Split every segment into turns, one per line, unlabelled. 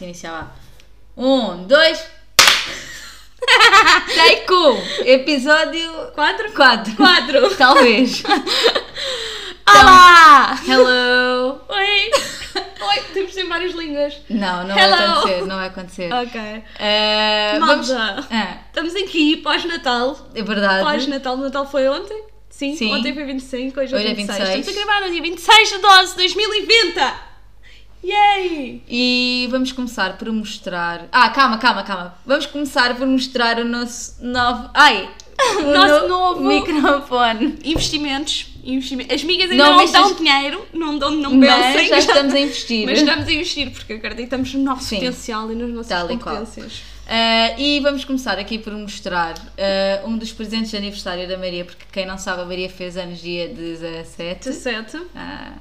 iniciar lá. Um, dois. Taiku!
Episódio
Quatro?
4.
Quatro!
Talvez. Olá!
Hello!
Oi! Oi, temos de ter várias línguas.
Não, não
Hello.
vai acontecer, não vai acontecer.
Ok.
Ah, vamos.
Malta,
Ah,
estamos aqui pós-Natal.
é verdade.
Pós-Natal, Natal foi ontem? Sim,
Sim.
ontem foi 25, hoje,
Hoje é
26.
26.
Estamos a gravar no dia 26 de 12 de 2020! Yay!
E vamos começar por mostrar. Ah, calma, calma, calma. Vamos começar por mostrar o nosso novo. Ai! O
Nosso
no-
novo-
microfone.
Investimentos, investimentos. As migas ainda
Não,
não,
mas
dão
as-
dinheiro, não dão, não
Mas
pensem.
já estamos a investir.
Mas estamos a investir porque acreditamos no nosso
Sim.
potencial e nas nossas
Tal e qual.
competências.
Ah, e vamos começar aqui por mostrar ah, um dos presentes de aniversário da Maria, porque quem não sabe, a Maria fez anos dia 17.
17.
Ah,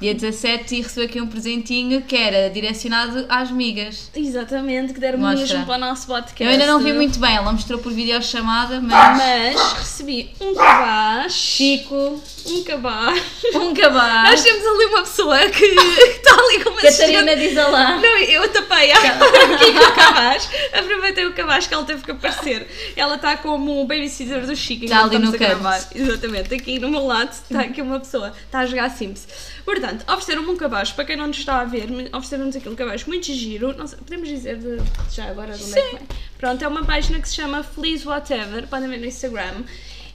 dia 17 e recebeu aqui um presentinho que era direcionado às migas.
Exatamente, que deram
Mostra.
mesmo para o nosso podcast.
Eu ainda não vi muito bem, ela mostrou por videochamada, mas.
Mas recebi um cabaz.
Chico,
Um cabaz.
um
Nós
cabaz.
temos ali uma pessoa que está ali com uma
Catarina diz olá.
Não, eu tapei a aqui com o cabaz. Aproveitei o cabaz que ela teve que aparecer. Ela está como um babysitter do Chico.
Está
enquanto
Tá ali
estamos
no
a gravar. Exatamente, aqui no meu lado está aqui uma pessoa. Está a jogar Sims. Portanto, ofereceram-me um cabaz. Para quem não nos está a ver, me- ofereceram-nos aqui um cabaz muito giro. Não sei, podemos dizer de, já agora de onde é que vem? Pronto, é uma página que se chama Feliz Whatever. Podem ver no Instagram.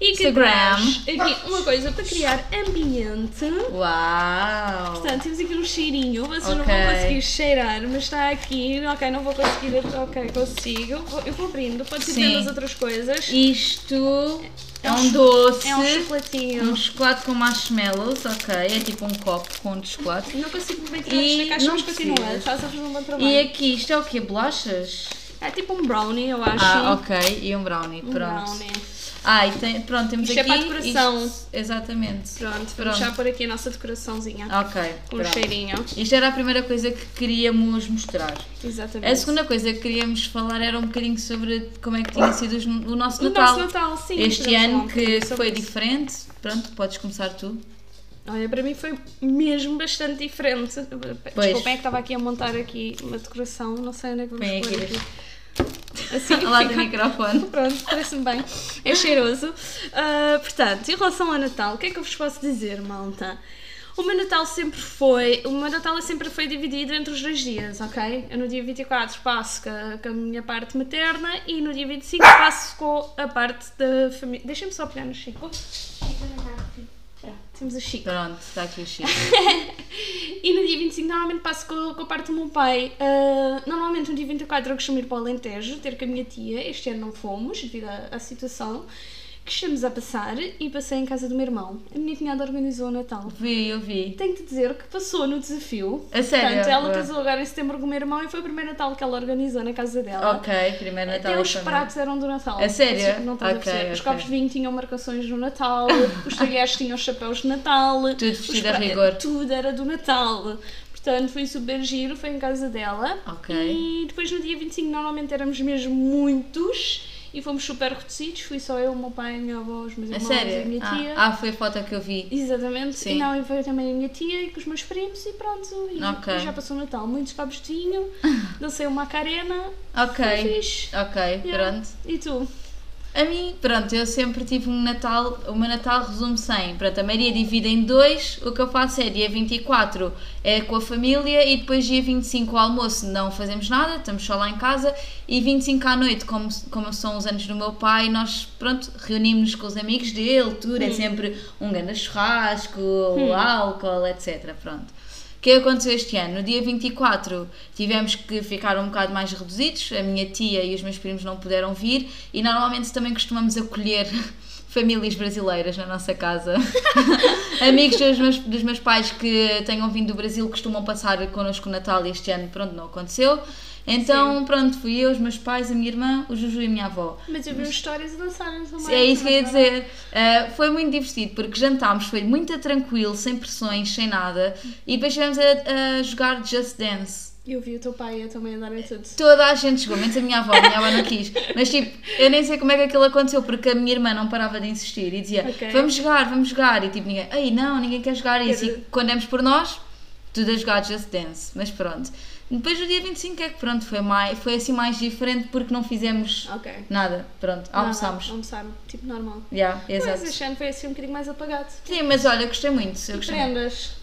E que
Instagram.
traz aqui uma coisa para criar ambiente.
Uau!
Portanto, temos aqui um cheirinho, vocês não
Ok.
vão conseguir cheirar, mas está aqui. Ok, não vou conseguir. Ok, consigo. Vou- Eu vou abrindo, pode ir
Sim.
vendo as outras coisas.
Isto é
É um
um
cho-
doce.
É um chocolatinho.
um chocolate com marshmallows, ok. É tipo um copo com de chocolate.
Não consigo bem tirar
E
isto da caixa,
não
mas continua.
precisas.
Estás a fazer um bom trabalho.
E aqui, isto é o quê? Bolachas?
É tipo um brownie, eu acho.
Ah, ok. E um brownie,
Um
pronto.
brownie.
Ah, e tem, pronto, temos
Isto é
aqui...
para a decoração.
isto- exatamente.
Pronto, vamos já pôr aqui a nossa decoraçãozinha.
Ok,
Com um
Ah, pronto.
cheirinho.
Isto era a primeira coisa que queríamos mostrar.
Exatamente.
É A segunda coisa que queríamos falar era um bocadinho sobre como é que tinha sido os- o nosso
Ah. O
Natal.
nosso Natal, sim.
este
podemos falar
ano
um
que
bocadinho sobre
foi
isso.
diferente. Pronto, podes começar tu.
Olha, para mim foi mesmo bastante diferente.
Pois.
Desculpem, é que estava aqui a montar aqui uma decoração, não sei onde é que vamos
Põe
pôr
aqui.
aqui. Assim
Ao lado do
fica-
microfone.
Pronto, parece-me bem. É cheiroso. Ah, portanto, em relação ao Natal, o que é que eu vos posso dizer, malta? O meu Natal sempre foi. O meu Natal é sempre foi dividido entre os dois dias, ok? Eu no dia 24 passo com a, com a minha parte materna e no dia 25 passo com a parte da família. Deixa-me só pegar no Chico. Ah, Temos o Chico.
Pronto, está aqui o Chico.
E no dia 25 normalmente passo com, com a parte do meu pai. Ah, normalmente no dia 24 eu costumo ir para o Alentejo, ter com a minha tia. Este ano não fomos, devido à, à situação que estamos a passar. E passei em casa do meu irmão. A minha cunhada organizou o Natal.
Vi, eu vi.
Tenho-te dizer que passou no desafio.
A sério?
Portanto, ela
Boa.
casou agora em setembro com o meu irmão e foi o primeiro Natal que ela organizou na casa dela.
Ok, primeiro Natal.
Até
em
os
família.
pratos eram do Natal.
A É sério?
Vocês Não estás a
Ok,
perceber. Os
ok.
copos de vinho tinham marcações do Natal, os talheres tinham chapéus de Natal. Tudo
vestido a rigor.
Tudo era do Natal. Portanto, foi super giro, foi em casa dela.
Ok.
E depois no dia 25 normalmente éramos mesmo muitos e fomos super reduzidos. Fui só eu, o meu pai, a minha avó, os meus
A
irmãos e a
É sério?
minha tia.
Ah, ah, foi a foto que eu vi.
Exatamente,
Sim.
e não, e veio também a minha tia e com os meus primos e pronto, e,
Ok.
e já passou o Natal, muitos copos de vinho, dancei uma carena,
Ok.
foi é fixe.
Ok,
Yeah.
pronto.
E tu?
A mim, pronto, eu sempre tive um Natal, o meu Natal resume-se em, pronto, a Maria divide em dois, o que eu faço é dia 24 é com a família e depois dia 25 ao almoço não fazemos nada, estamos só lá em casa e 25 à noite, como, como são os anos do meu pai, nós, pronto, reunimos-nos com os amigos dele, tudo, é sempre um grande churrasco, álcool, etc, pronto. O que aconteceu este ano? No dia 24 tivemos que ficar um bocado mais reduzidos, a minha tia e os meus primos não puderam vir e normalmente também costumamos acolher famílias brasileiras na nossa casa. Amigos dos meus, dos meus pais que tenham vindo do Brasil costumam passar connosco o Natal e este ano, pronto, não aconteceu. Então, pronto, fui eu, os meus pais, a minha irmã, o Juju e a minha avó.
Mas eu vi uns stories a dançarem também.
É isso que eu ia
também.
dizer. Uh, foi muito divertido porque jantámos, foi muito tranquilo, sem pressões, sem nada. E depois estivemos a, a jogar Just Dance.
Eu vi o teu pai e eu também andarem tudo.
Toda a gente jogou, menos a minha avó, a minha avó não quis. Mas tipo, eu nem sei como é que aquilo aconteceu porque a minha irmã não parava de insistir e dizia
Ok.
vamos jogar, vamos jogar. E tipo, ninguém, ei não, ninguém quer jogar isso. E
Era-
quando demos por nós, tudo a jogar Just Dance. Mas pronto. Depois do dia 25 é que pronto, foi, mais, foi assim mais diferente porque não fizemos
Ok.
nada. Pronto, almoçámos.
Nada, Almoçámos, tipo normal.
Yeah, exato.
Mas este ano foi assim um bocadinho mais apagado.
Sim, mas olha, gostei muito. Eu
E
gostei muito.
prendas.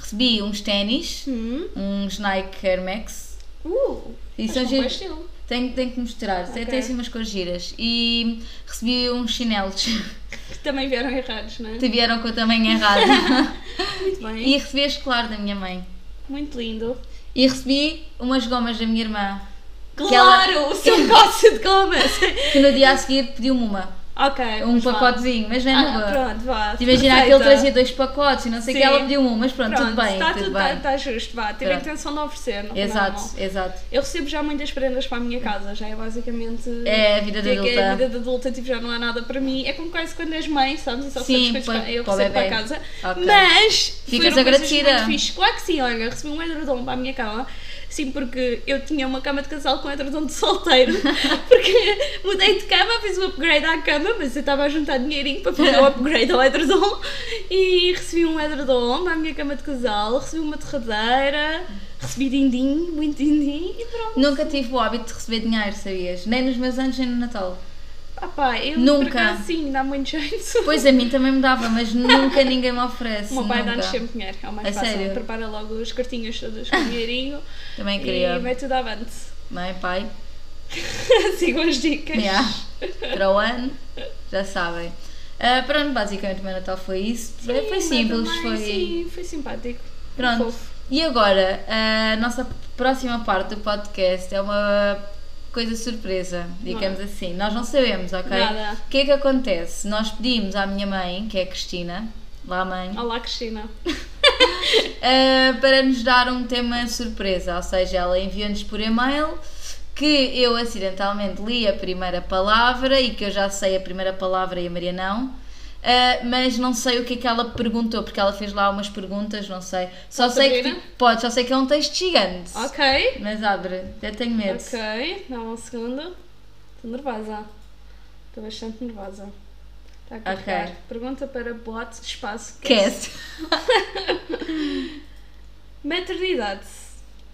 Recebi uns ténis,
Hum.
uns Nike Air Max.
Uh!
E
Isso
são
é
giro.
estilo.
Tenho, tenho que mostrar, até
Ok.
tem assim umas cores giras. E recebi uns chinelos
Que também vieram errados, não é?
que vieram com o tamanho errado.
Muito bem.
e recebi este colar da minha mãe.
Muito lindo.
E recebi umas gomas da minha irmã, Que ela-
Claro! O seu negócio de gomas!
que no dia a seguir pediu-me uma.
ok.
Um
pois vá.
pacotezinho, mas não é na
Ah,
boa.
pronto, vá.
Imagina
perfeito.
aquele trazia dois pacotes e não sei o que,
Sim.
ela pediu um, mas pronto,
Pronto,
tudo bem,
está
tudo
tudo,
bem.
Está, está justo, vá. Tive a
Pronto.
intenção de oferecer, não
Exato,
não, não.
exato.
Eu recebo já muitas prendas para a minha casa, já é basicamente.
É a vida de
que é que é a
adulta.
vida de adulta, tipo, já não há nada para mim. É como quase quando és mãe, sabes? E só
Sim,
recebes
põe
coisas para, eu
para o
recebo para
bebê.
casa.
Ok.
Mas.
Ficas
foram coisas
agradecida.
muito fixe. Claro que sim, olha, recebi um edredom para a minha cama. Sim, porque eu tinha uma cama de casal com edredom de solteiro. Porque mudei de cama, fiz um upgrade à cama, mas eu estava a juntar dinheirinho para fazer o upgrade ao edredom. E recebi um edredom para a minha cama de casal, recebi uma torradeira, recebi dindim, muito dindim e pronto.
Nunca tive o hábito de receber dinheiro, sabias? Nem nos meus anos, nem no Natal.
Ah pá, eu
Nunca.
Por acaso, sim, dá muito jeito.
Pois a mim também me dava, mas nunca ninguém me oferece.
O meu pai
nunca.
dá-nos sempre dinheiro, é o mais
A
fácil.
sério?
Prepara logo as cartinhas todas com dinheirinho
Também
e
queria.
vai tudo avante.
Mãe, pai,
Sigam as dicas.
yeah. para o ano, já sabem. Ah, pronto, basicamente o meu Natal foi isso.
Sim,
foi
mas
simples,
também,
foi.
Sim, foi simpático.
Pronto.
Fofo.
E agora, a nossa próxima parte do podcast é uma coisa surpresa, digamos assim. Nós não sabemos, ok?
é? Nada.
O que é que acontece? Nós pedimos à minha mãe, que é a Cristina, lá a mãe,
Olá, Cristina.
ah, para nos dar um tema surpresa. Ou seja, ela enviou-nos por e-mail que eu acidentalmente li a primeira palavra e que eu já sei a primeira palavra e a Maria não. ah, mas não sei o que é que ela perguntou, porque ela fez lá umas perguntas, não sei. Só
Posso
sei que
abrir? né?
tipo, pode, só sei que é um texto gigante.
Ok.
Mas abre, até tenho medo.
Ok, dá um segundo. Estou nervosa. Estou bastante nervosa. Está a carregar. Pergunta para bot espaço é
Cast.
Maternidade.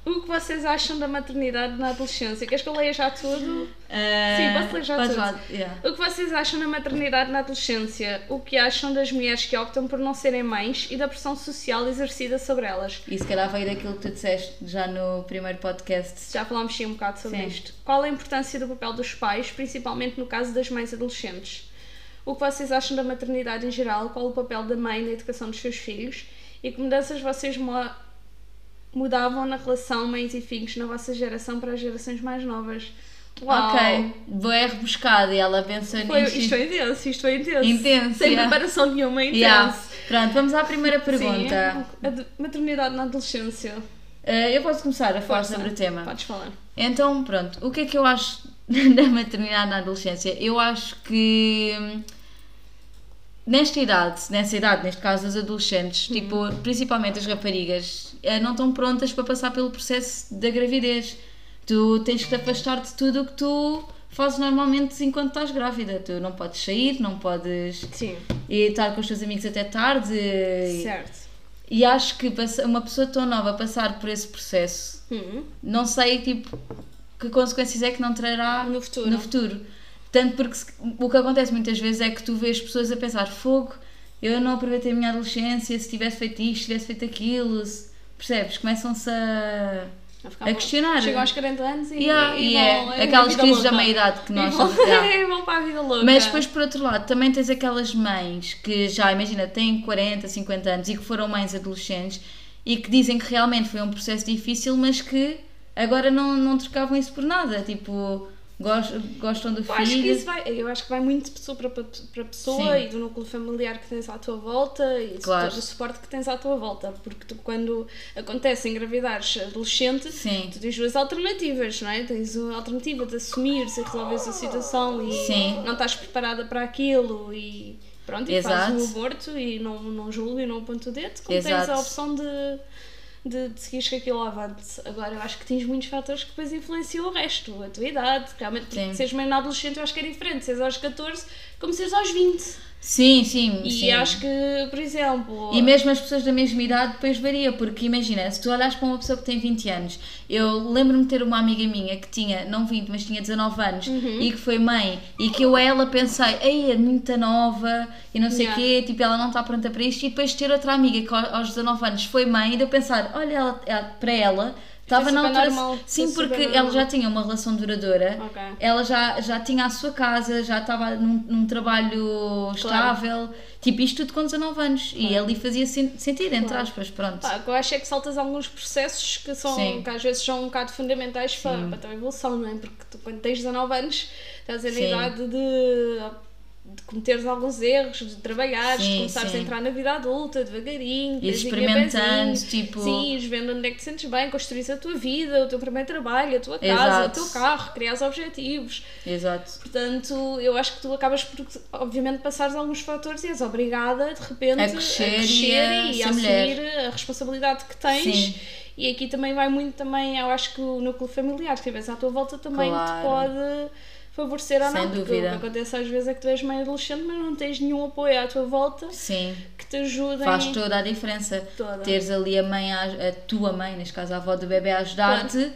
O que vocês acham da maternidade na adolescência? Queres que eu leia já tudo? Sim, posso ler já
Podes
tudo.
Ah, lá, yeah.
O que vocês acham da maternidade na adolescência? O que acham das mulheres que optam por não serem mães e da pressão social exercida sobre elas?
E se calhar veio daquilo que tu disseste já no primeiro podcast.
Já falámos sim um bocado sobre
Sim.
isto. Qual a importância do papel dos pais, principalmente no caso das mães adolescentes? O que vocês acham da maternidade em geral? Qual o papel da mãe na educação dos seus filhos? E que mudanças vocês mo- mudavam na relação mães e filhos na vossa geração para as gerações mais novas? Uau!
Ok, boa é rebuscada e ela pensou
Foi,
nisso.
isto é intenso, isto é intenso.
Intenso,
Sem
yeah.
preparação nenhuma, é intenso.
Yeah. Pronto, vamos à primeira pergunta.
Sim, a de- maternidade na adolescência.
Eh, eu posso começar a falar
Força.
sobre o tema.
Podes falar.
Então, pronto, o que é que eu acho da maternidade na adolescência? Eu acho que hum, nesta idade, nessa idade, neste caso as adolescentes, tipo, principalmente as raparigas, eh, não estão prontas para passar pelo processo da gravidez. Tu tens que te afastar de tudo o que tu fazes normalmente enquanto estás grávida. Tu não podes sair, não podes
Sim.
ir estar com os teus amigos até tarde. e-
Certo.
E acho que passa- uma pessoa tão nova passar por esse processo
Hum.
não sei tipo que consequências é que não trará
No futuro.
no futuro. Tanto porque se- o que acontece muitas vezes é que tu vês pessoas a pensar fogo, eu não aproveitei a minha adolescência, se tivesse feito isto, se tivesse feito aquilo, se-" percebes? Começam-se a.
Vai ficar
A
bom.
questionar.
Chegam aos 40 anos e,
Yeah,
e
e
vão,
é aquelas
vida
crises da
louca.
meia-idade que nós
e vão,
estamos a ter.
e vão para a vida louca.
Mas depois, por outro lado, também tens aquelas mães que já, imagina, têm 40, 50 anos e que foram mães adolescentes e que dizem que realmente foi um processo difícil, mas que agora não, não trocavam isso por nada. Tipo, gos- gostam do
Eu
filho.
acho que isso vai, eu acho que vai muito de pessoa para, para- para pessoa
Sim.
e do núcleo familiar que tens à tua volta e de
Claro.
todo o suporte que tens à tua volta. Porque tu, quando acontece engravidares adolescente,
Sim.
tu tens duas alternativas, não é? Tens a alternativa de assumires e resolveres a situação e
Sim.
não estás preparada para aquilo e pronto, e
Exato.
fazes um aborto e não, não julgo e não aponto o dedo, como tens
Exato.
a opção de. De, de seguires com aquilo avante. Agora, eu acho que tens muitos fatores que depois influenciam o resto, a tua idade, realmente, porque
Sim.
seres mãe na adolescente eu acho que é diferente, seres aos 14 como seres aos 20.
Sim, sim.
E
sim.
acho que, por exemplo.
E mesmo as pessoas da mesma idade depois varia, porque imagina, se tu olhas para uma pessoa que tem 20 anos, eu lembro-me de ter uma amiga minha que tinha, não 20, mas tinha 19 anos
Uhum.
e que foi mãe, e que eu a ela pensei, ei, é muito nova e não sei o
Yeah.
quê, tipo, ela não está pronta para isto, e depois ter outra amiga que ao- aos 19 anos foi mãe, e de eu pensar, olha, ela, ela- para ela. Estava na
é super
altura.
normal, foi
sim,
super
porque ela
normal.
já tinha uma relação duradoura,
Ok.
ela já, já tinha a sua casa, já estava num, num trabalho estável, tipo isto tudo com 19 anos. E ali fazia sen- sentido, entre aspas, pronto.
Pá, o que eu acho é que saltas alguns processos que,
Sim.
são, que às vezes são um bocado fundamentais para, para a tua evolução, não é? Porque tu, quando tens 19 anos, estás na
Sim.
idade de, de cometeres alguns erros, de trabalhares,
Sim,
de começares
sim.
a entrar na vida adulta, devagarinho,
Ires
pezinho a
experimentando,
pezinho.
tipo-
Sim, ires vendo onde é que te sentes bem, construís a tua vida, o teu primeiro trabalho, a tua casa,
Exato.
o teu carro, crias objetivos.
Exato.
Portanto, eu acho que tu acabas por, obviamente, passares alguns fatores e és obrigada, de repente,
A crescer e a
e
ser
a assumir
mulher.
a responsabilidade que tens.
Sim.
E aqui também vai muito também, eu acho que o núcleo familiar que tiveres à tua volta também
Claro.
te pode favorecer ou
Sem
não. porque
dúvida.
O que acontece às vezes é que tu és meio adolescente, mas não tens nenhum apoio à tua volta
Sim.
que te ajude
Faz
em-
toda a diferença.
Toda.
Teres ali a mãe, a, a tua mãe, neste caso a avó do bebê, a ajudar-te,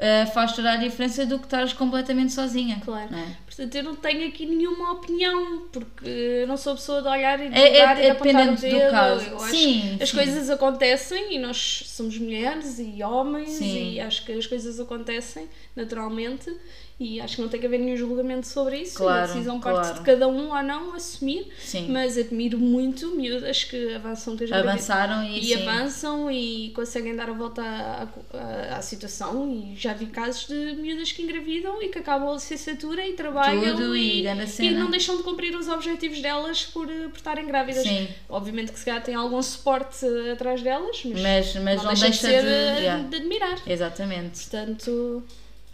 eh, faz toda a diferença do que estares completamente sozinha.
Claro.
não é?
Portanto, eu não tenho aqui nenhuma opinião, porque eu não sou a pessoa de olhar e
É-
de,
é-
julgar e de
é
apontar o
dependente do
dedo.
caso.
Eu acho
Sim,
que as
sim.
coisas acontecem e nós somos mulheres e homens
Sim.
e acho que as coisas acontecem naturalmente e acho que não tem que haver nenhum julgamento sobre isso.
Claro,
a decisão parte
claro.
de cada um ou não assumir,
Sim.
mas admiro muito miúdas que avançam desde
Avançaram e,
e
sim.
avançam e conseguem dar a volta à, à- à situação e já vi casos de miúdas que engravidam e que acabam a licenciatura e trabalham
Tudo e
e,
grande
e
cena.
não deixam de cumprir os objetivos delas por, eh, por estarem grávidas.
Sim.
Obviamente que se calhar tem algum suporte eh, atrás delas, mas,
Mas, mas
não, deixa, de ser eh, de,
yeah.
admirar.
Exatamente.
Portanto,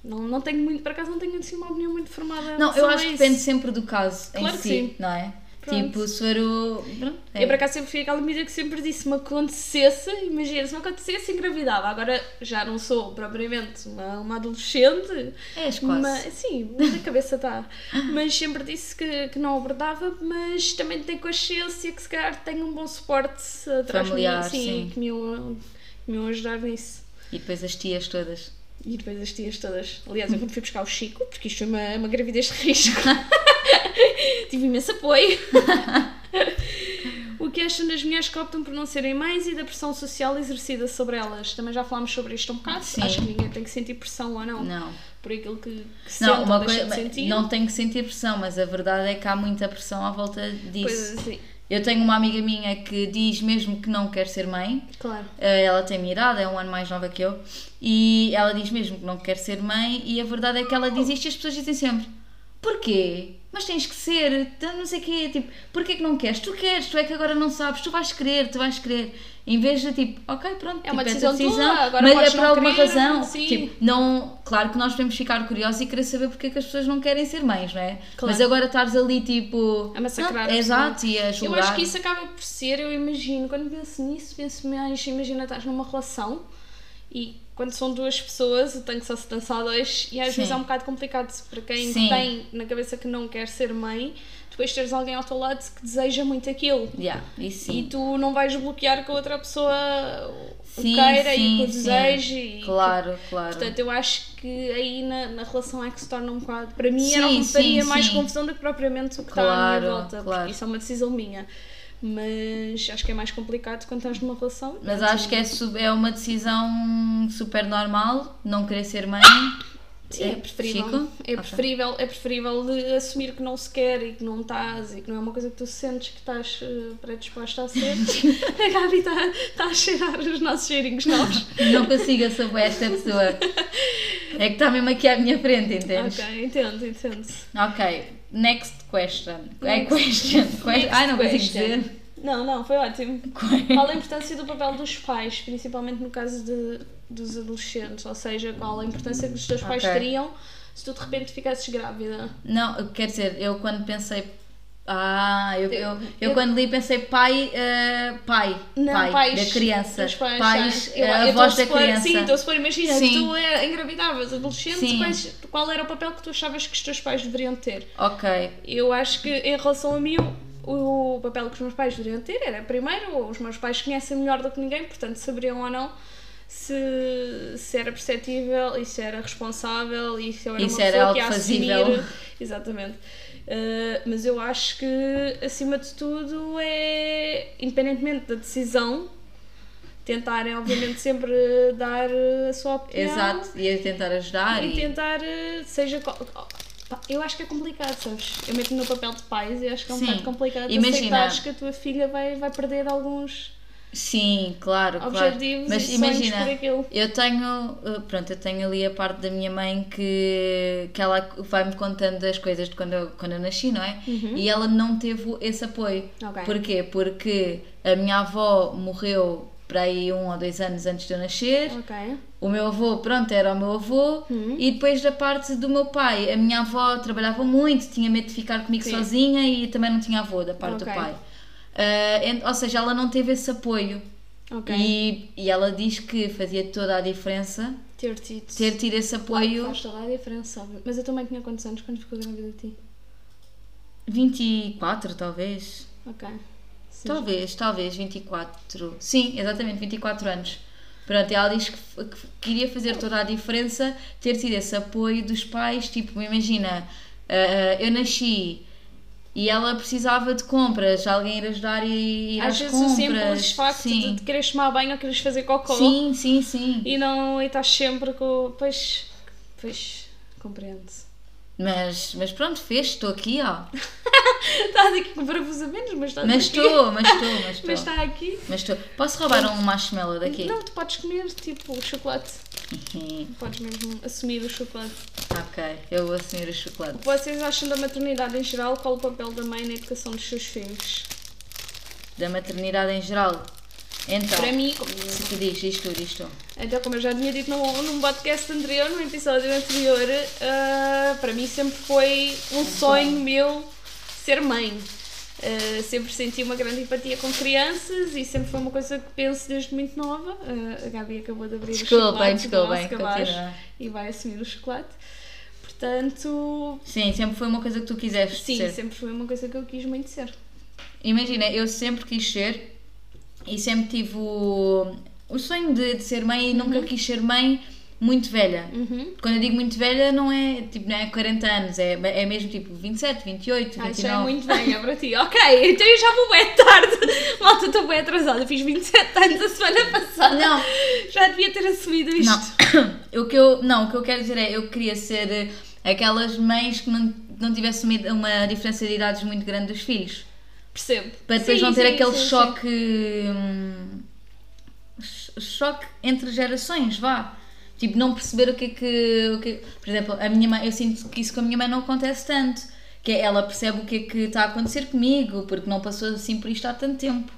não, não tenho muito, por acaso não tenho assim uma opinião muito formada.
Não, eu
sobre
acho que
isso.
depende sempre do caso
Claro
em
que
si,
sim.
não é?
Pronto.
Tipo, se for o. Pronto, é.
Eu por acaso sempre fui aquela medida que sempre disse: se me acontecesse, imagina, se me acontecesse, engravidava. Agora já não sou propriamente uma, uma adolescente.
És é quase.
Mas, sim, mas a cabeça está. Mas sempre disse que, que não abordava, mas também tenho consciência que se calhar tenho um bom suporte atrás de mim,
Familiar, sim.
que me iam, que me iam ajudar nisso.
E depois as tias todas.
E depois as tias todas. Aliás, eu quando fui buscar o Chico, porque isto foi uma, uma gravidez de risco, tive imenso apoio. o que acham das mulheres que optam por não serem mães e da pressão social exercida sobre elas? Também já falámos sobre isto um bocado.
Sim.
Acho que ninguém tem que sentir pressão ou não,
Não.
por aquilo que, que se
Não,
sente
uma
ou deixa
coisa,
de sentir.
não tenho que sentir pressão, mas a verdade é que há muita pressão à volta disso.
Coisas assim,
Eu tenho uma amiga minha que diz mesmo que não quer ser mãe,
claro.
Eh, Ela tem minha idade, é um ano mais nova que eu, e ela diz mesmo que não quer ser mãe, e a verdade é que ela diz isto e as pessoas dizem sempre: Porquê? Mas tens que ser, tá- não sei o quê, tipo, porquê que não queres? Tu queres, tu é que agora não sabes, tu vais querer, tu vais querer. Em vez de tipo, ok, pronto,
É uma
tipo,
decisão
tua
tua, agora
mas é
podes
por
não
alguma
querer,
razão.
sim.
Tipo, não, claro que nós podemos ficar curiosos e querer saber porque é que as pessoas não querem ser mães, não é?
Claro.
Mas agora estares ali tipo.
A massacrar
não,
a pessoa.
Exato, e a
Eu
julgar.
acho que isso acaba por ser, eu imagino, quando penso nisso, penso mais, imagina, estás numa relação e quando são duas pessoas, o tanque só se dança a dois, e às
Sim.
vezes é um bocado complicado para quem
Sim.
tem na cabeça que não quer ser mãe, depois teres alguém ao teu lado que deseja muito aquilo.
Yeah, isso sim.
E tu não vais bloquear que a outra pessoa o
Sim,
queira e
sim,
que o
sim.
deseje. e que-
Claro, claro.
Portanto, eu acho que aí na, na relação é que se torna um bocado. Para mim,
Sim,
era o que me faria
sim,
mais
sim.
confusão do que propriamente o que está à
Claro,
minha volta,
claro.
porque isso é uma decisão minha. Mas acho que é mais complicado quando estás numa relação.
Mas acho que é, su- é uma decisão super normal não querer ser mãe.
Sim, é preferível. É,
Ok.
preferível é preferível de assumir que não se quer e que não estás e que não é uma coisa que tu sentes que estás eh, predisposta a ser. a Gabi está está a cheirar os nossos cheirinhos novos.
Não consigo, eu sou esta pessoa. É que está mesmo aqui à minha frente, entendes? Ok.
ok, entendo, entendo.
Next question. É
Next-
question. question. Ai, não consigo
question.
dizer.
Não, não, foi ótimo. Qual a importância do papel dos pais, principalmente no caso de, dos adolescentes? Ou seja, qual a importância que os teus pais
Ok.
teriam se tu de repente ficasses grávida?
Não, quer dizer, eu quando pensei. Ah, eu, eu, eu
Eu-
quando li pensei pai, eh, pai,
Não,
pai,
pais,
da criança,
dos pais,
pais,
sim. Eu-
eh,
eu
a
estou
voz da
supor-
criança.
Sim, estou a supor, imagina
Sim.
que tu eh, engravidavas adolescente,
Sim.
quais- qual era o papel que tu achavas que os teus pais deveriam ter?
Ok,
Eu acho que em relação a mim, eu o papel que os meus pais deveriam ter era, primeiro, os meus pais conhecem melhor do que ninguém, portanto saberiam ou não se, se era perceptível e se era responsável e se eu era
E se
uma
era
pessoa que ia
autofazível.
assumir. Exatamente. Uh, mas eu acho que, acima de tudo, é, independentemente da decisão, tentarem, obviamente, sempre dar eh, a sua opinião.
Exato, e a tentar ajudar.
E
E
tentar, eh, seja. qual- Pá, Eu acho que é complicado, sabes? Eu meto no papel de pais e acho que é um
Sim.
bocado complicado
Imagina.
aceitares que a tua filha vai, vai perder alguns
Sim, claro, claro.
objetivos
Mas
e
imagina,
sonhos por aquilo.
Eu tenho, eh, pronto, eu tenho ali a parte da minha mãe que, que ela vai-me contando as coisas de quando eu, quando eu nasci, não é? E ela não teve esse apoio.
Uhum. Ok.
Porquê? Porque a minha avó morreu para aí um ou dois anos antes de eu nascer.
Ok.
O meu avô, pronto, era o meu avô.
Uhum.
E depois da parte do meu pai, a minha avó trabalhava muito, tinha medo de ficar comigo
Sim.
sozinha e também não tinha avô da parte do
Ok.
pai. Ah, en- ou seja, ela não teve esse apoio.
Ok.
E, e ela diz que fazia toda a diferença
Ter tido.
ter tido esse apoio.
Faz toda a diferença, óbvio. Mas eu também tinha quantos anos quando ficou grávida de ti?
24, talvez.
Ok. Sim.
Talvez, talvez, 24. Sim, exatamente, 24 anos. Pronto, e ela diz que, f- que queria fazer toda a diferença ter tido esse apoio dos pais. Tipo, imagina, ah, eu nasci e ela precisava de compras, alguém ir ajudar e ir
Às
às,
vezes o
compras.
simples facto
sim.
de, de quereres tomar banho ou quereres fazer cocô
sim, sim, sim.
e não e estás sempre com. Pois. Pois. Compreendo.
Mas, mas pronto, fez, estou aqui,
Tá
ó.
Estás aqui com parafusamentos, mas estás
Mas
aqui.
estou, mas estou, mas estou.
Mas está aqui.
Mas tu, posso roubar um marshmallow daqui?
Não, tu podes comer, tipo, chocolate.
Uhum,
Podes mesmo assumir o chocolate.
ok, eu vou assumir o chocolate.
O que vocês acham da maternidade em geral? Qual o papel da mãe na educação dos seus filhos?
Da maternidade em geral. Então,
Para mim, como,
se tu diz, diz tu, diz tu.
até como eu já tinha dito num, num podcast anterior, num episódio anterior, ah, para mim sempre foi
Então.
um sonho meu ser mãe. Ah, sempre senti uma grande empatia com crianças e sempre foi uma coisa que penso desde muito nova. Ah, a Gabi acabou de abrir o
Desculpem,
chocolate do nosso
desculpem,
cabaz
continua.
e vai assumir o chocolate. Portanto,
Sim, sempre foi uma coisa que tu quiseste
Sim,
ser.
sempre foi uma coisa que eu quis muito ser.
Imagina, eu sempre quis ser e sempre tive o, o sonho de, de ser mãe e
Uhum.
nunca quis ser mãe muito velha. Quando eu digo muito velha, não é tipo não é 40 anos, é, é mesmo tipo 27, 28, 29.
Ah, já é muito velha para ti. Ok, então eu já vou bem tarde. Malta, estou bem atrasada. Fiz 27 anos a semana passada.
Não.
Já devia ter assumido isto.
Não. O que eu, não, o que eu quero dizer é eu queria ser eh, aquelas mães que não, não tivessem medo- uma diferença de idades muito grande dos filhos.
Percebo.
Para depois
Sim,
não ter
sim,
aquele
sim, sim.
choque. hum, cho- choque entre gerações, vá. Tipo, não perceber o que é que. o que- por exemplo, a minha mãe, eu sinto que isso com a minha mãe não acontece tanto. Que é ela percebe o que é que está a acontecer comigo, porque não passou assim por isto há tanto tempo.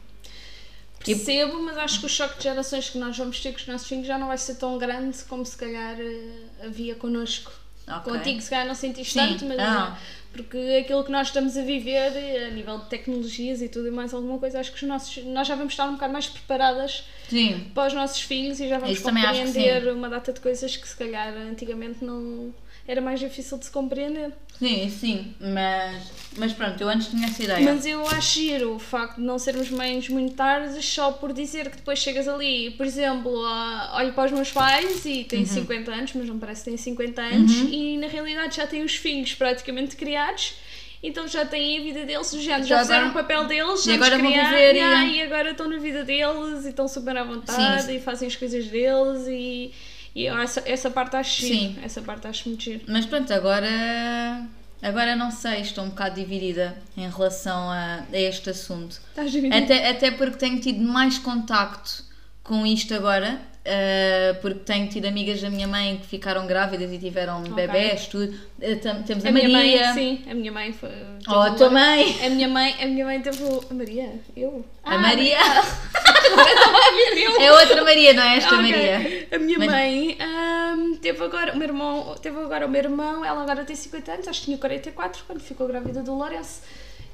tipo-
Percebo, mas acho que o choque de gerações que nós vamos ter com os nossos filhos já não vai ser tão grande como se calhar eh, havia connosco.
Ok.
Contigo, se calhar, não sentiste
Sim,
tanto, mas.
ah.
eh, Porque aquilo que nós estamos a viver, eh, a nível de tecnologias e tudo e mais alguma coisa, acho que os nossos, nós já vamos estar um bocado mais preparadas
Sim.
para os nossos filhos e já vamos
Isso também acho que
compreender uma data de coisas que se calhar antigamente não era mais difícil de se compreender.
Sim, sim. Mas, mas pronto, eu antes tinha essa ideia.
Mas eu acho giro o facto de não sermos mães muito tarde só por dizer que depois chegas ali, por exemplo, a- olho para os meus pais e têm
Uhum.
50 anos, mas não parece que têm 50 anos, e na realidade já têm os filhos praticamente criados. Então já têm a vida deles, já, já,
Já
fizeram
agora-
o papel deles,
e
já
agora
os
vão
criaram,
viver e-
yeah, e agora estão na vida deles e estão super à vontade
Sim.
e fazem as coisas deles e, e eu essa, essa parte acho giro,
Sim.
essa parte acho muito giro.
Mas pronto, agora. Agora não sei, estou um bocado dividida em relação a, a este assunto.
Estás dividido?
Até, até porque tenho tido mais contacto com isto agora, eh, porque tenho tido amigas da minha mãe que ficaram grávidas e tiveram bebés, tudo. Eh, tam- temos a,
A minha
Maria.
mãe, sim, a minha mãe foi. eh,
ou a tua mãe.
A minha mãe, a minha mãe teve. o- A Maria? Eu? Ah,
a Maria.
A minha, eu.
É outra Maria, não é esta
Ah, ok.
Maria?
A minha
Mas-
mãe ahm, teve agora. O meu irmão. Teve agora o meu irmão, ela agora tem 50 anos, acho que tinha 44 quando ficou grávida do Lourenço.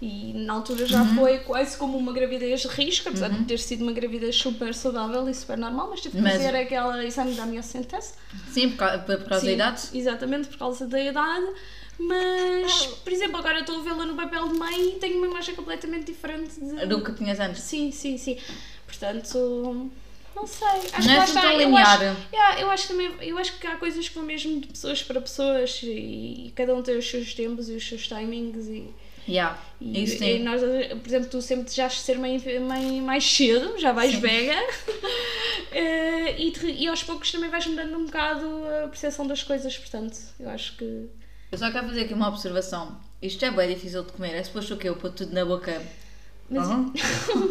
E na altura já
Uhum.
foi quase como uma gravidez de risco, apesar de ter sido uma gravidez super saudável e super normal, mas teve que
Mas-
fazer aquele exame da minha sentença.
Sim, por causa, por causa da
Sim,
idade.
Exatamente, por causa da idade. Mas,
Ah.
por exemplo, agora estou a vê-la no papel de mãe e tenho uma imagem completamente diferente de...
Do que tinhas antes.
Sim, sim, sim. Portanto, não sei.
Não é
lá
assim
está,
tão
eu
linear.
acho- yeah, eu acho também, eu acho que há coisas que vão mesmo de pessoas para pessoas e, e cada um tem os seus tempos e os seus timings e,
Yeah.
e,
Isso
e
tem.
nós, por exemplo, tu sempre desejaste ser mãe, mãe mais cedo, já vais vega Eh, e, te- e aos poucos também vais mudando um bocado a percepção das coisas, portanto, eu acho que
Eu só quero fazer aqui uma observação. Isto é bem difícil de comer. É suposto o quê? Eu pôr tudo na boca.
Mas
Uhum.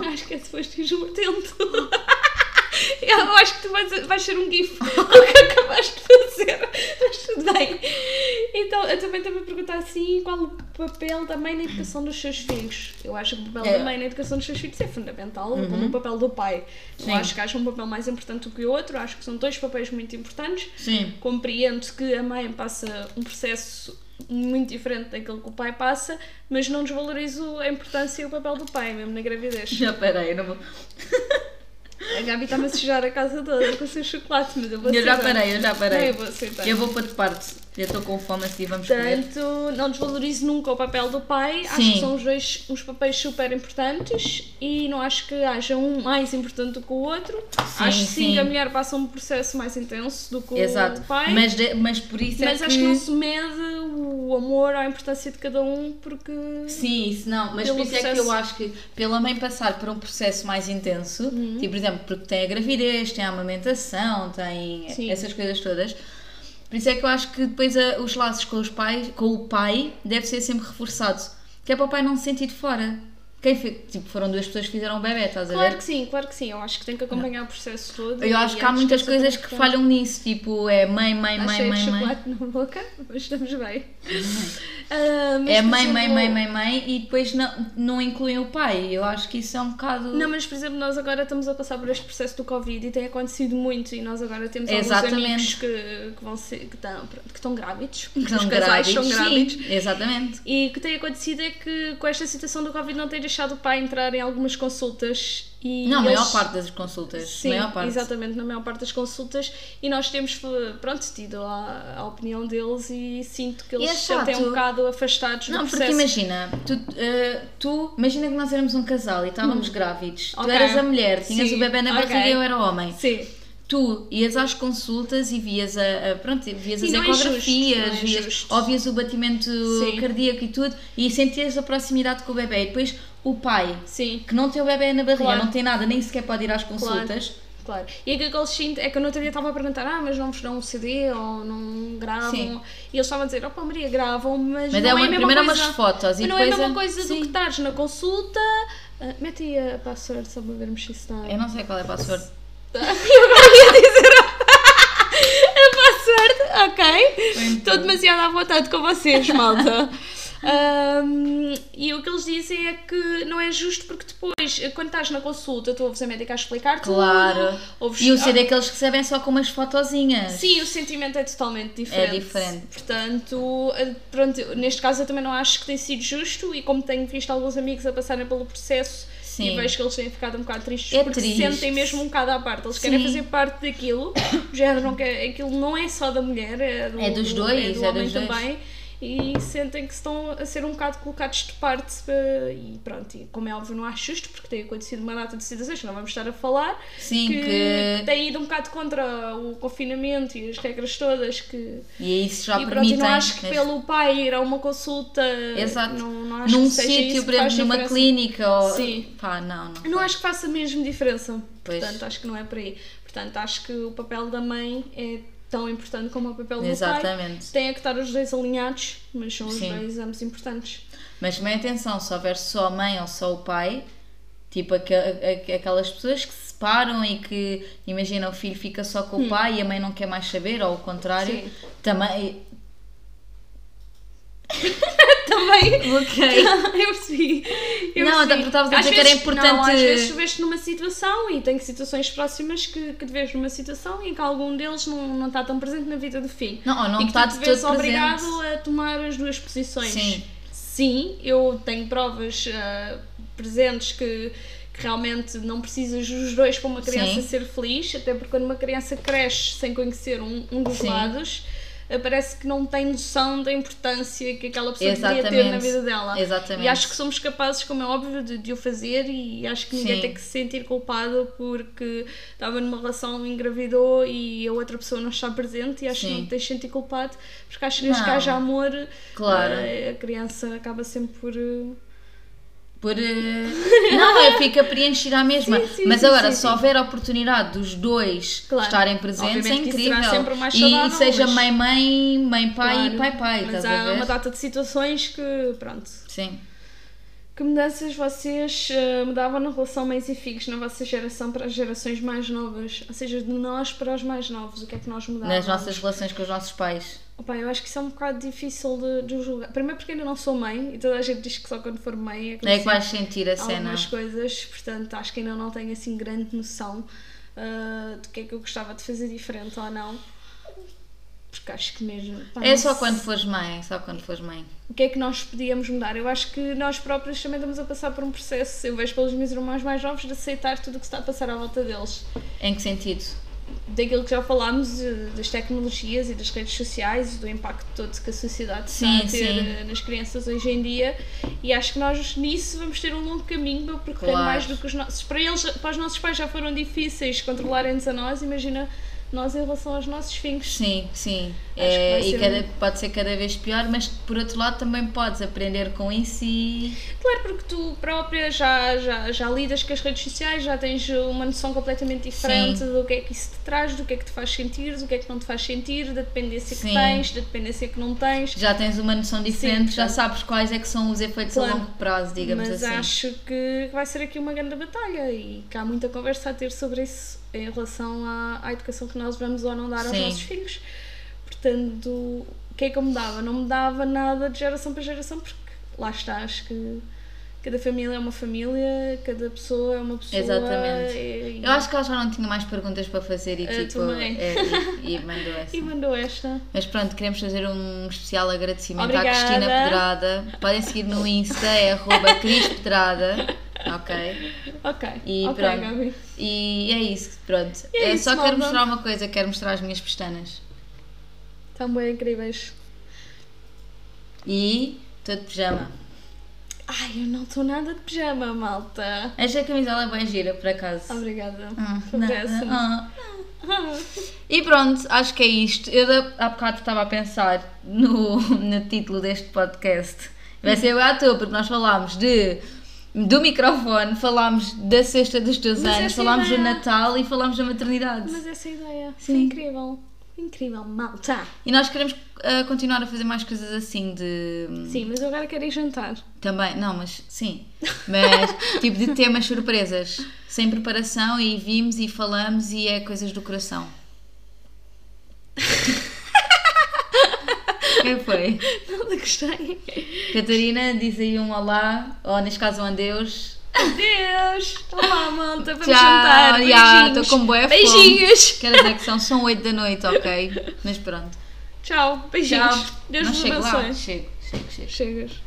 acho que é depois tens um atento. Eu acho que tu vais, vais ser um gif com o que acabaste de fazer. Mas tudo bem. Então, eu também estava a perguntar assim: qual o papel da mãe na educação dos seus filhos? Eu acho que o papel
É. Uhum.
da mãe na educação dos seus filhos é fundamental, como o papel do pai.
Sim.
Não acho que haja um papel mais importante do que o outro, acho que são dois papéis muito importantes
Sim.
compreendo que a mãe passa um processo muito diferente daquele que o pai passa, mas não desvalorizo a importância e o papel do pai, mesmo na gravidez.
Já parei, eu não vou.
A Gabi está-me a sujar a casa toda com o seu chocolate, mas eu vou
Eu já
aceitar.
parei, eu já
Não,
parei.
eu vou aceitar.
Eu vou para de parte. Eu estou com fome assim, vamos comer.
Portanto, não desvalorizo nunca o papel do pai, acho
Sim.
que são os dois uns papéis super importantes e não acho que haja um mais importante do que o outro.
Sim,
acho sim
sim.
que a mulher passa um processo mais intenso do que
Exato.
o pai.
Mas, de- mas por isso
Mas
é
acho que não se mede o amor ou a importância de cada um, porque.
Sim, isso não, mas
Pelo
por isso é que
processo.
eu acho que pela mãe passar por um processo mais intenso,
Uhum.
tipo, por exemplo, porque tem a gravidez, tem a amamentação, tem
Sim.
essas coisas todas, por isso é que eu acho que depois a- os laços com os pais, com o pai, deve ser sempre reforçado, que é para o pai não se sentir de fora. Quem fi- tipo, foram duas pessoas que fizeram o bebê, estás a
Claro
ver?
que sim, claro que sim. Eu acho que tem que acompanhar o processo todo.
Eu acho
e
que há muitas
é
coisas
super
que falham nisso, tipo, é mãe, mãe,
importante. Está
mãe,
cheio
mãe,
de
mãe.
chocolate na boca, mas estamos bem. Ah, mas,
É
por
mãe, mãe,
exemplo,
mãe, mãe, mãe, e depois não, não incluem o pai. Eu acho que isso é um bocado.
Não, mas por exemplo, nós agora estamos a passar por este processo do Covid e tem acontecido muito e nós agora temos alguns
Exatamente.
amigos que, que vão ser, que estão, que estão grávidos,
Que são
os casais são
grávidos, sim,
grávidos.
exatamente.
E o que tem acontecido é que com esta situação do Covid não tem deixado o pai entrar em algumas consultas e.
Não, a
eles-
maior parte das consultas.
Sim,
maior parte.
exatamente, na maior parte das consultas e nós temos, eh, pronto, tido a, a opinião deles e sinto que
E
eles
é
se sentem
chato.
um bocado afastados do
Não, porque
processo.
imagina, tu, eh, tu- imagina que nós éramos um casal e estávamos grávidos. Tu
Hum. Ok.
eras a mulher, tinhas
Sim,
o bebê na
ok.
barriga e eu era o homem.
Sim,
Tu ias às consultas e vias a, a- pronto, vias
E
as
não é
ecografias,
justo, não é
vias,
justo.
ou vias o batimento
Sim.
cardíaco e tudo, e sentias a proximidade com o bebê. E depois o pai,
sim,
que não tem o bebê na barriga,
Claro.
não tem nada, nem sequer pode ir às consultas.
claro. E aquilo que eles sentem é que eu no outro dia estava a perguntar, ah, mas não vos dão um CD ou não gravam?
Sim.
E eles estavam a dizer, opa Maria, gravam, mas,
Mas
não
é
é,
uma-
a mesma
primeiro é
coisa.
umas fotos e
Mas não é a
depois
mesma
é-
coisa do
sim.
que estares na consulta. Ah, mete aí a password só para vermos se isso está.
Eu não sei qual é a password.
Boa sorte, ok?
Então.
Estou demasiado à vontade com vocês, malta. Ahm, e o que eles dizem é que não é justo porque depois, quando estás na consulta, tu ouves a médica a explicar tudo.
Claro.
Ouves,
E o CD que eles recebem é só com umas fotozinhas.
Ah, sim, o sentimento é totalmente diferente.
É diferente.
Portanto, ah, pronto, neste caso eu também não acho que tenha sido justo e como tenho visto alguns amigos a passarem pelo processo
Sim.
e vejo que eles têm ficado um bocado tristes
É
porque
triste.
se sentem mesmo um bocado à parte. Eles querem
Sim.
fazer parte daquilo. O género não quer, aquilo não é só da mulher, é, do,
É dos
do-
dois,
é do
é
homem
dos dois.
também. E sentem que estão a ser um bocado colocados de parte eh, e pronto, e como é óbvio não acho justo porque tem acontecido uma data de situações que não vamos estar a falar
Sim,
que, que
que.
tem ido um bocado contra o confinamento e as regras todas que
E isso já
e pronto,
permitem.
e não acho que
mas-
pelo pai ir a uma consulta
Exato.
Não, não acho
Num
que seja
sítio,
isso
por
que faz
exemplo, numa
diferença.
clínica ou.
Sim.
Pá, não, não.
não acho que faça mesmo diferença
Pois.
portanto acho que não é por aí portanto acho que o papel da mãe é tão importante como o papel do pai
Exatamente.
tem é que estar os dois alinhados mas são os
Sim.
dois ambos importantes
Mas também atenção, se houver só a mãe ou só o pai, tipo aque- aque- aquelas pessoas que se separam e que, imagina, o filho fica só com o pai e a mãe não quer mais saber, ou o contrário,
Hum. Sim.
também.
também
Bloqueio.
eu percebi. Eu
Não,
percebi.
eu estava a
Às
dizer que era
vezes-
importante-
Não, às vezes tu vês numa situação e tem situações próximas que, que te vês numa situação em que algum deles não, não está tão presente na vida do filho.
Não, ou não
e que
está
tu
de
te
todo
vês
presente.
obrigado a tomar as duas posições.
Sim.
Sim, eu tenho provas ah, presentes que, que realmente não precisas dos dois para uma criança
Sim.
ser feliz, até porque quando uma criança cresce sem conhecer um, um dos
Sim.
lados. ah, eh, parece que não tem noção da importância que aquela pessoa deveria ter na
Exatamente.
vida dela.
Exatamente.
E acho que somos capazes, como é óbvio, de, de o fazer e acho que ninguém
Sim.
tem que se sentir culpado porque estava numa relação, engravidou e a outra pessoa não está presente e acho que
Sim.
não te tens de sentir culpado porque acho que desde que
Não.
haja amor,
Claro.
eh, a criança acaba sempre por... eh,
Por, eh, não, é, fica preenchida a mesma.
Sim, sim,
Mas
sim,
agora,
sim,
se houver a oportunidade dos dois
Claro.
estarem presentes,
Obviamente
é
que isso será
incrível.
sempre mais
E- e,
saudável,
seja
mas-
mãe-mãe, mãe-pai
claro.
e pai-pai,
Mas
estás
há
a ver?
uma data de situações que, pronto...
Sim.
Que mudanças vocês eh, mudavam na relação mães e filhos na vossa geração para as gerações mais novas? Ou seja, de nós para os mais novos, o que é que nós
Nas
mudávamos?
nossas relações com os nossos pais.
Opa, eu acho que isso é um bocado difícil de, de julgar. Primeiro porque ainda não sou mãe e toda a gente diz que só quando for mãe é que,
Não é
eu
que vais sentir a
sinto
cena.
algumas coisas, portanto acho que ainda não tenho assim grande noção ah, do que é que eu gostava de fazer diferente ou não. Porque acho que mesmo. pá,
É
não
só
sei.
quando fores mãe, é só quando fores mãe.
O que é que nós podíamos mudar? Eu acho que nós próprios também estamos a passar por um processo. Eu vejo pelos meus irmãos mais novos de aceitar tudo o que se está a passar à volta deles.
Em que sentido?
Daquilo que já falámos eh, das tecnologias e das redes sociais, do impacto todo que a sociedade
Sim,
está a ter
sim.
eh, nas crianças hoje em dia. E acho que nós nisso vamos ter um longo caminho para percorrer
Claro.
mais do que os nossos. Para eles, para os nossos pais já foram difíceis controlarem-nos a nós. Imagina nós em relação aos nossos filhos.
Sim, sim.
Acho que
É,
vai
e
ser um-
cada- pode ser cada vez pior, mas por outro lado também podes aprender com isso e.
Claro, porque tu própria já, já, já lidas com as redes sociais, já tens uma noção completamente diferente do que é que isso te traz, do que é que te faz sentir, do que é que não te faz sentir, da dependência que
Sim.
tens, da dependência que não tens.
Já tens uma noção diferente, já
portanto-
sabes quais é que são os efeitos a
Claro.
longo prazo, digamos
Mas
assim.
acho que vai ser aqui uma grande batalha e que há muita conversa a ter sobre isso em relação à, à educação que nós vamos ou não dar aos
Sim.
nossos filhos. Portanto, o que é que eu mudava? Não mudava nada de geração para geração, porque lá está, acho que cada família é uma família, cada pessoa é uma pessoa.
Exatamente.
E,
Eu acho que ela já não tinha mais perguntas para fazer e
Eu
tipo.
também.
é, e, e mandou essa.
e mandou esta.
Mas pronto, queremos fazer um especial agradecimento
Obrigada.
à Cristina Pedrada. Podem seguir no Insta, é arroba Cris Pedrada. Ok.
Ok.
E
ok,
pronto.
Gabi.
E é isso, pronto.
E é
É
isso,
só quero
malta.
mostrar uma coisa, quero mostrar as minhas pestanas.
Estão bem incríveis.
E estou de pijama.
Ai, eu não estou nada de pijama, malta.
Esta camisola é bem gira, por acaso.
Obrigada.
Ah,
Favorece-me.
nada. Ah.
Ah.
E pronto, acho que é isto. Eu da- há bocado estava a pensar no, no título deste podcast. Vai ser à toa, porque nós falámos de, do microfone, falámos da sexta dos teus
Mas
anos,
essa
falámos do
ideia-
Natal e falámos da maternidade.
Mas essa é a ideia. Foi
Sim.
incrível. Incrível, malta.
E nós queremos ah, continuar a fazer mais coisas assim de.
Sim, mas eu agora quero ir jantar.
Também, não, mas sim. Mas tipo de temas surpresas, sem preparação e vimos e falamos e é coisas do coração. Quem foi?
Nada gostei.
Catarina, diz aí um olá, ou neste caso um adeus.
Adeus. Olá, Então malta. Vamos
Tchau,
jantar.
já,
Beijinhos.
tô com bué fome.
Beijinhos.
Quero dizer que são, são 8 da noite, ok? Mas pronto.
Tchau. Beijinhos.
Tchau.
Deus
Não
vos
chego lá.
abençoe.
Chego, chego, chego.
Chegas.